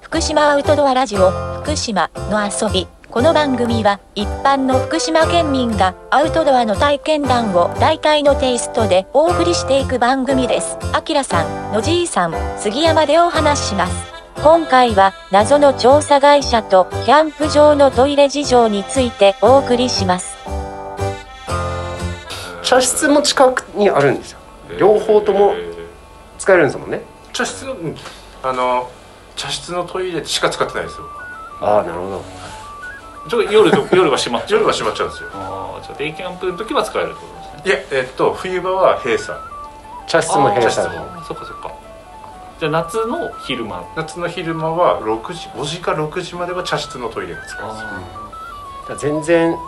福島アウトドアラジオ福島の遊びこの番組は一般の福島県民がアウトドアの体験談を大体のテイストでお送りしていく番組ですあきらさんのじいさん杉山でお話しします今回は謎の調査会社とキャンプ場のトイレ事情についてお送りします茶室も近くにあるんですよ両方とも使えるんですもんね茶室のうんあの茶室のトイレしか使ってないですよああなるほどちょっ と夜と夜は閉まっちゃう夜は閉まっちゃうんですよあーじゃあデイキャンプの時は使えるってことですねいやえっと冬場は閉鎖茶室も閉閉鎖鎖でもあーそっかそっかじゃあ夏の昼間夏の昼間は6時5時か6時までは茶室のトイレが使えます全然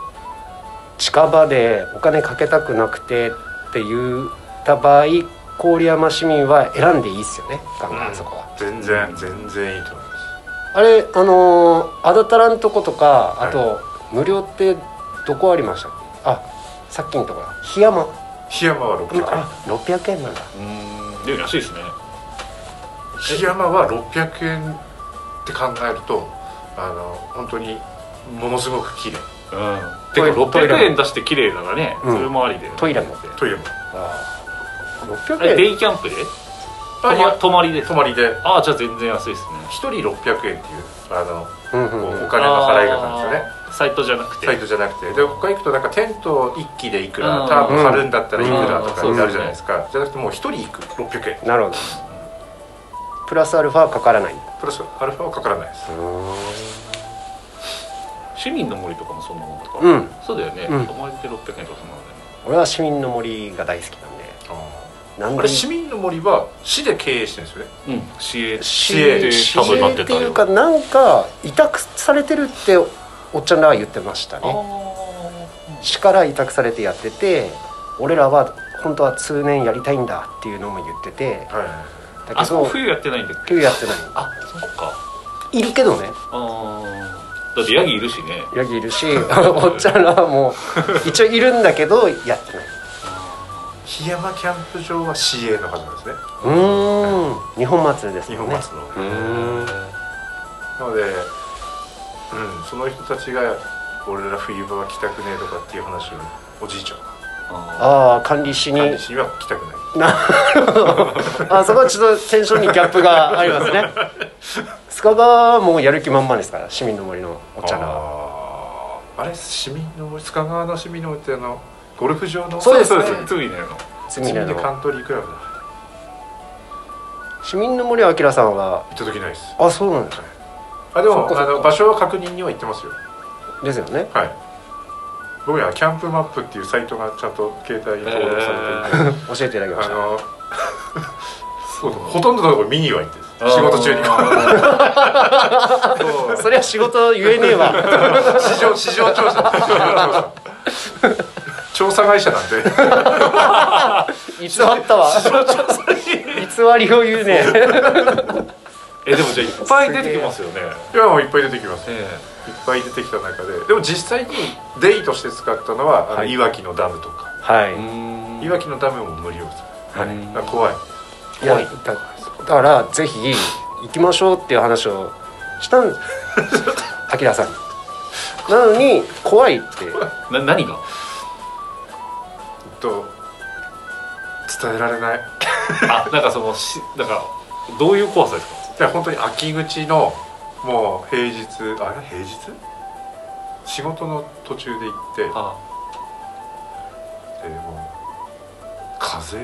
近場でお金かけたくなくてって言った場合郡山市民は選んでいいっすよねガンガンそこは、全然、全然いいと思いますあれあのー、あだたらんとことかいあと、無料ってどこありましたっけあさっきのとこだ檜山檜山は600円あ600円なんだでも安いですね檜山は600円って考えるとあの本当にものすごく綺麗てかトイレ600円出して綺麗だからね、うんそれもありでトイレもトイレもあーあれ600デ円イキャンプであ泊いまや泊まりで泊まりでああじゃあ全然安いですね1人600円っていうあのうんうこんううんお金の払い方なんですよねあーサイトじゃなくてサイトじゃなくてで他行くとなんかテント1機でいくうらんタープ張るんだったらいくらとかうんになるじゃないですかじゃなくてもう1人行く600円なるほどプラスアルファかからないプラスアルファはかからないです市民の森とかもそんなもんとか、うんそうだよね、うん泊まりで600円とかそんなもんだよね俺は市民の森が大好きなんでなんあでれ市民の森は市で経営してるんですよねうん、CA 市営市多分な営っっててたいようかなんか委託されてるっておっちゃんらは言ってましたあね市から委託されてやってて俺らは本当は通年やりたいんだっていうのも言っててはーだあけそこど冬やってないんだっけ冬やってないあそっかいるけどねあーだってヤギいるしねヤギいるし おっちゃんらはもう一応いるんだけどやってないい檜山キャンプ場は市営のはずなんですねうーん日本祭りです日もん本ね松のうーんなので、うん、その人たちが俺ら冬場は来たくねえとかっていう話をおじいちゃんがあああ管理士に管理士には来たくないあそこはちょっとテンションにギャップがありますね スカがもうやる気満々ですから市民の森のお茶があーあれ市民の森塚川の市民の森ってあのゴルフ場のーそうですそうねです次になるの罪市な民でカのントリークラブだ行市民の森あきらさんはった時ないですあそうなんですあでそっもかそあっかの場所は確認には行ってますよですよねはい僕やらキャンプマップっていうサイトがちゃんと携帯に登録されていて、教えていただきまあしたのそうほとんどのところ見には行ってる仕事中に あそうそりゃ仕事言えねえ わ市場市場調査 市場調査調査会社なんで偽った わ偽りを言うねー えでもじゃあいっぱい出てきますよね今もいっぱい出てきますいっえぱい出てきた中ででも実際にデイとして使ったのはあの、はいいわきのダムとかはえいいわきのダムも無料ですはいあ怖いいやだだからぜひ行きましょうっていう話をした んあきらさんになのに怖いってな何がと伝えられないあなんかそのしなんかどういう怖さですかで本当に秋口のもう平日あれ平日仕事の途中で行ってであもう風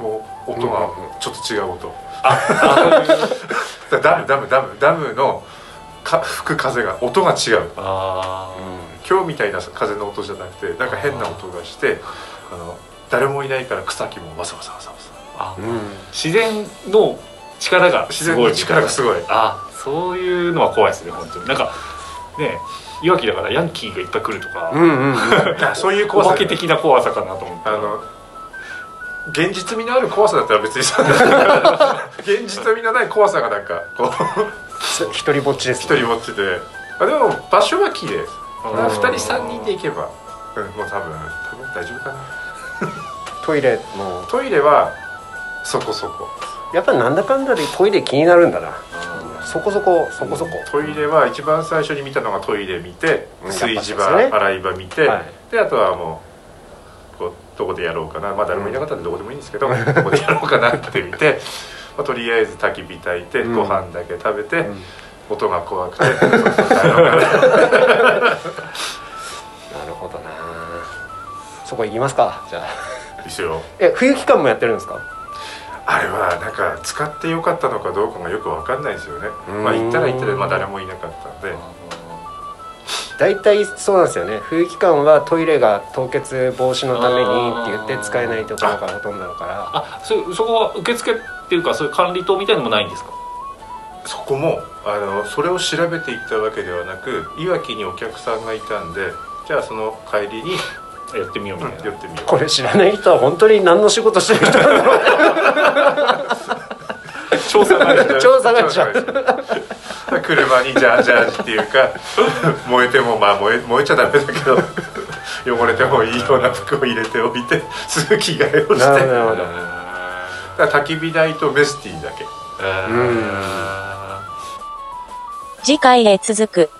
の音がちょっと違う音、 だダムダムダムダムのか吹く風が音が違うあー今日みたいな風の音じゃなくてなんか変な音がしてあの誰もいないから草木もわさわさわさわさあうん自然の力が自す然ごいの力がすごいあそういうのは怖いですね本当になんかねいわきだからヤンキーがいっぱい来るとか、うんうんうんあそういうお怖さ化け的な怖さかなと思ってあの現実味のある怖さだったら別にさ 現実味のない怖さがなんかこう一人ぼっちです一人ぼっちであでも場所は綺麗うん2人3人で行けば、うん、もう多分多分大丈夫かなトイレもトイレはそこそこやっぱなんだかんだでトイレ気になるんだなそこそこそこそこ、トイレは一番最初に見たのがトイレ見てうん炊事やっぱそう場、ですね洗い場見て、はいであとはもうこうどこでやろうかなまあ誰もいなかったんでどこでもいいんですけど、どこでやろうかなって見て、まあ、とりあえず焚き火焚いて、うんご飯だけ食べて、うん音が怖 くてそうそう帰ろうかななるほどなそこ行きますかじゃあ一応え冬期間もやってるんですかあれはなんか使ってよかったのかどうかがよくわかんないですよねうんまあ行ったら行ったで、まあ、誰もいなかったんで大体そうなんですよね冬期間はトイレが凍結防止のためにって言って使えないところがほとんどだからあそそこは受付っていうかそういう管理棟みたいのもないんですかそこもあのそれを調べていったわけではなくいわきにお客さんがいたんでじゃあその帰りにやってみようみ寄たいな、ってみよこうれ知らない人は本当に何の仕事してる人なんだろう調査がある調査会社 調査会社車にジャージャージっていうか 燃えてもまあ燃え燃えちゃダメだけど 汚れてもいいような服を入れておいてすぐ着替えをしてなるほどなるだほどから焚き火台とベスティだけえーうん次回へ続く。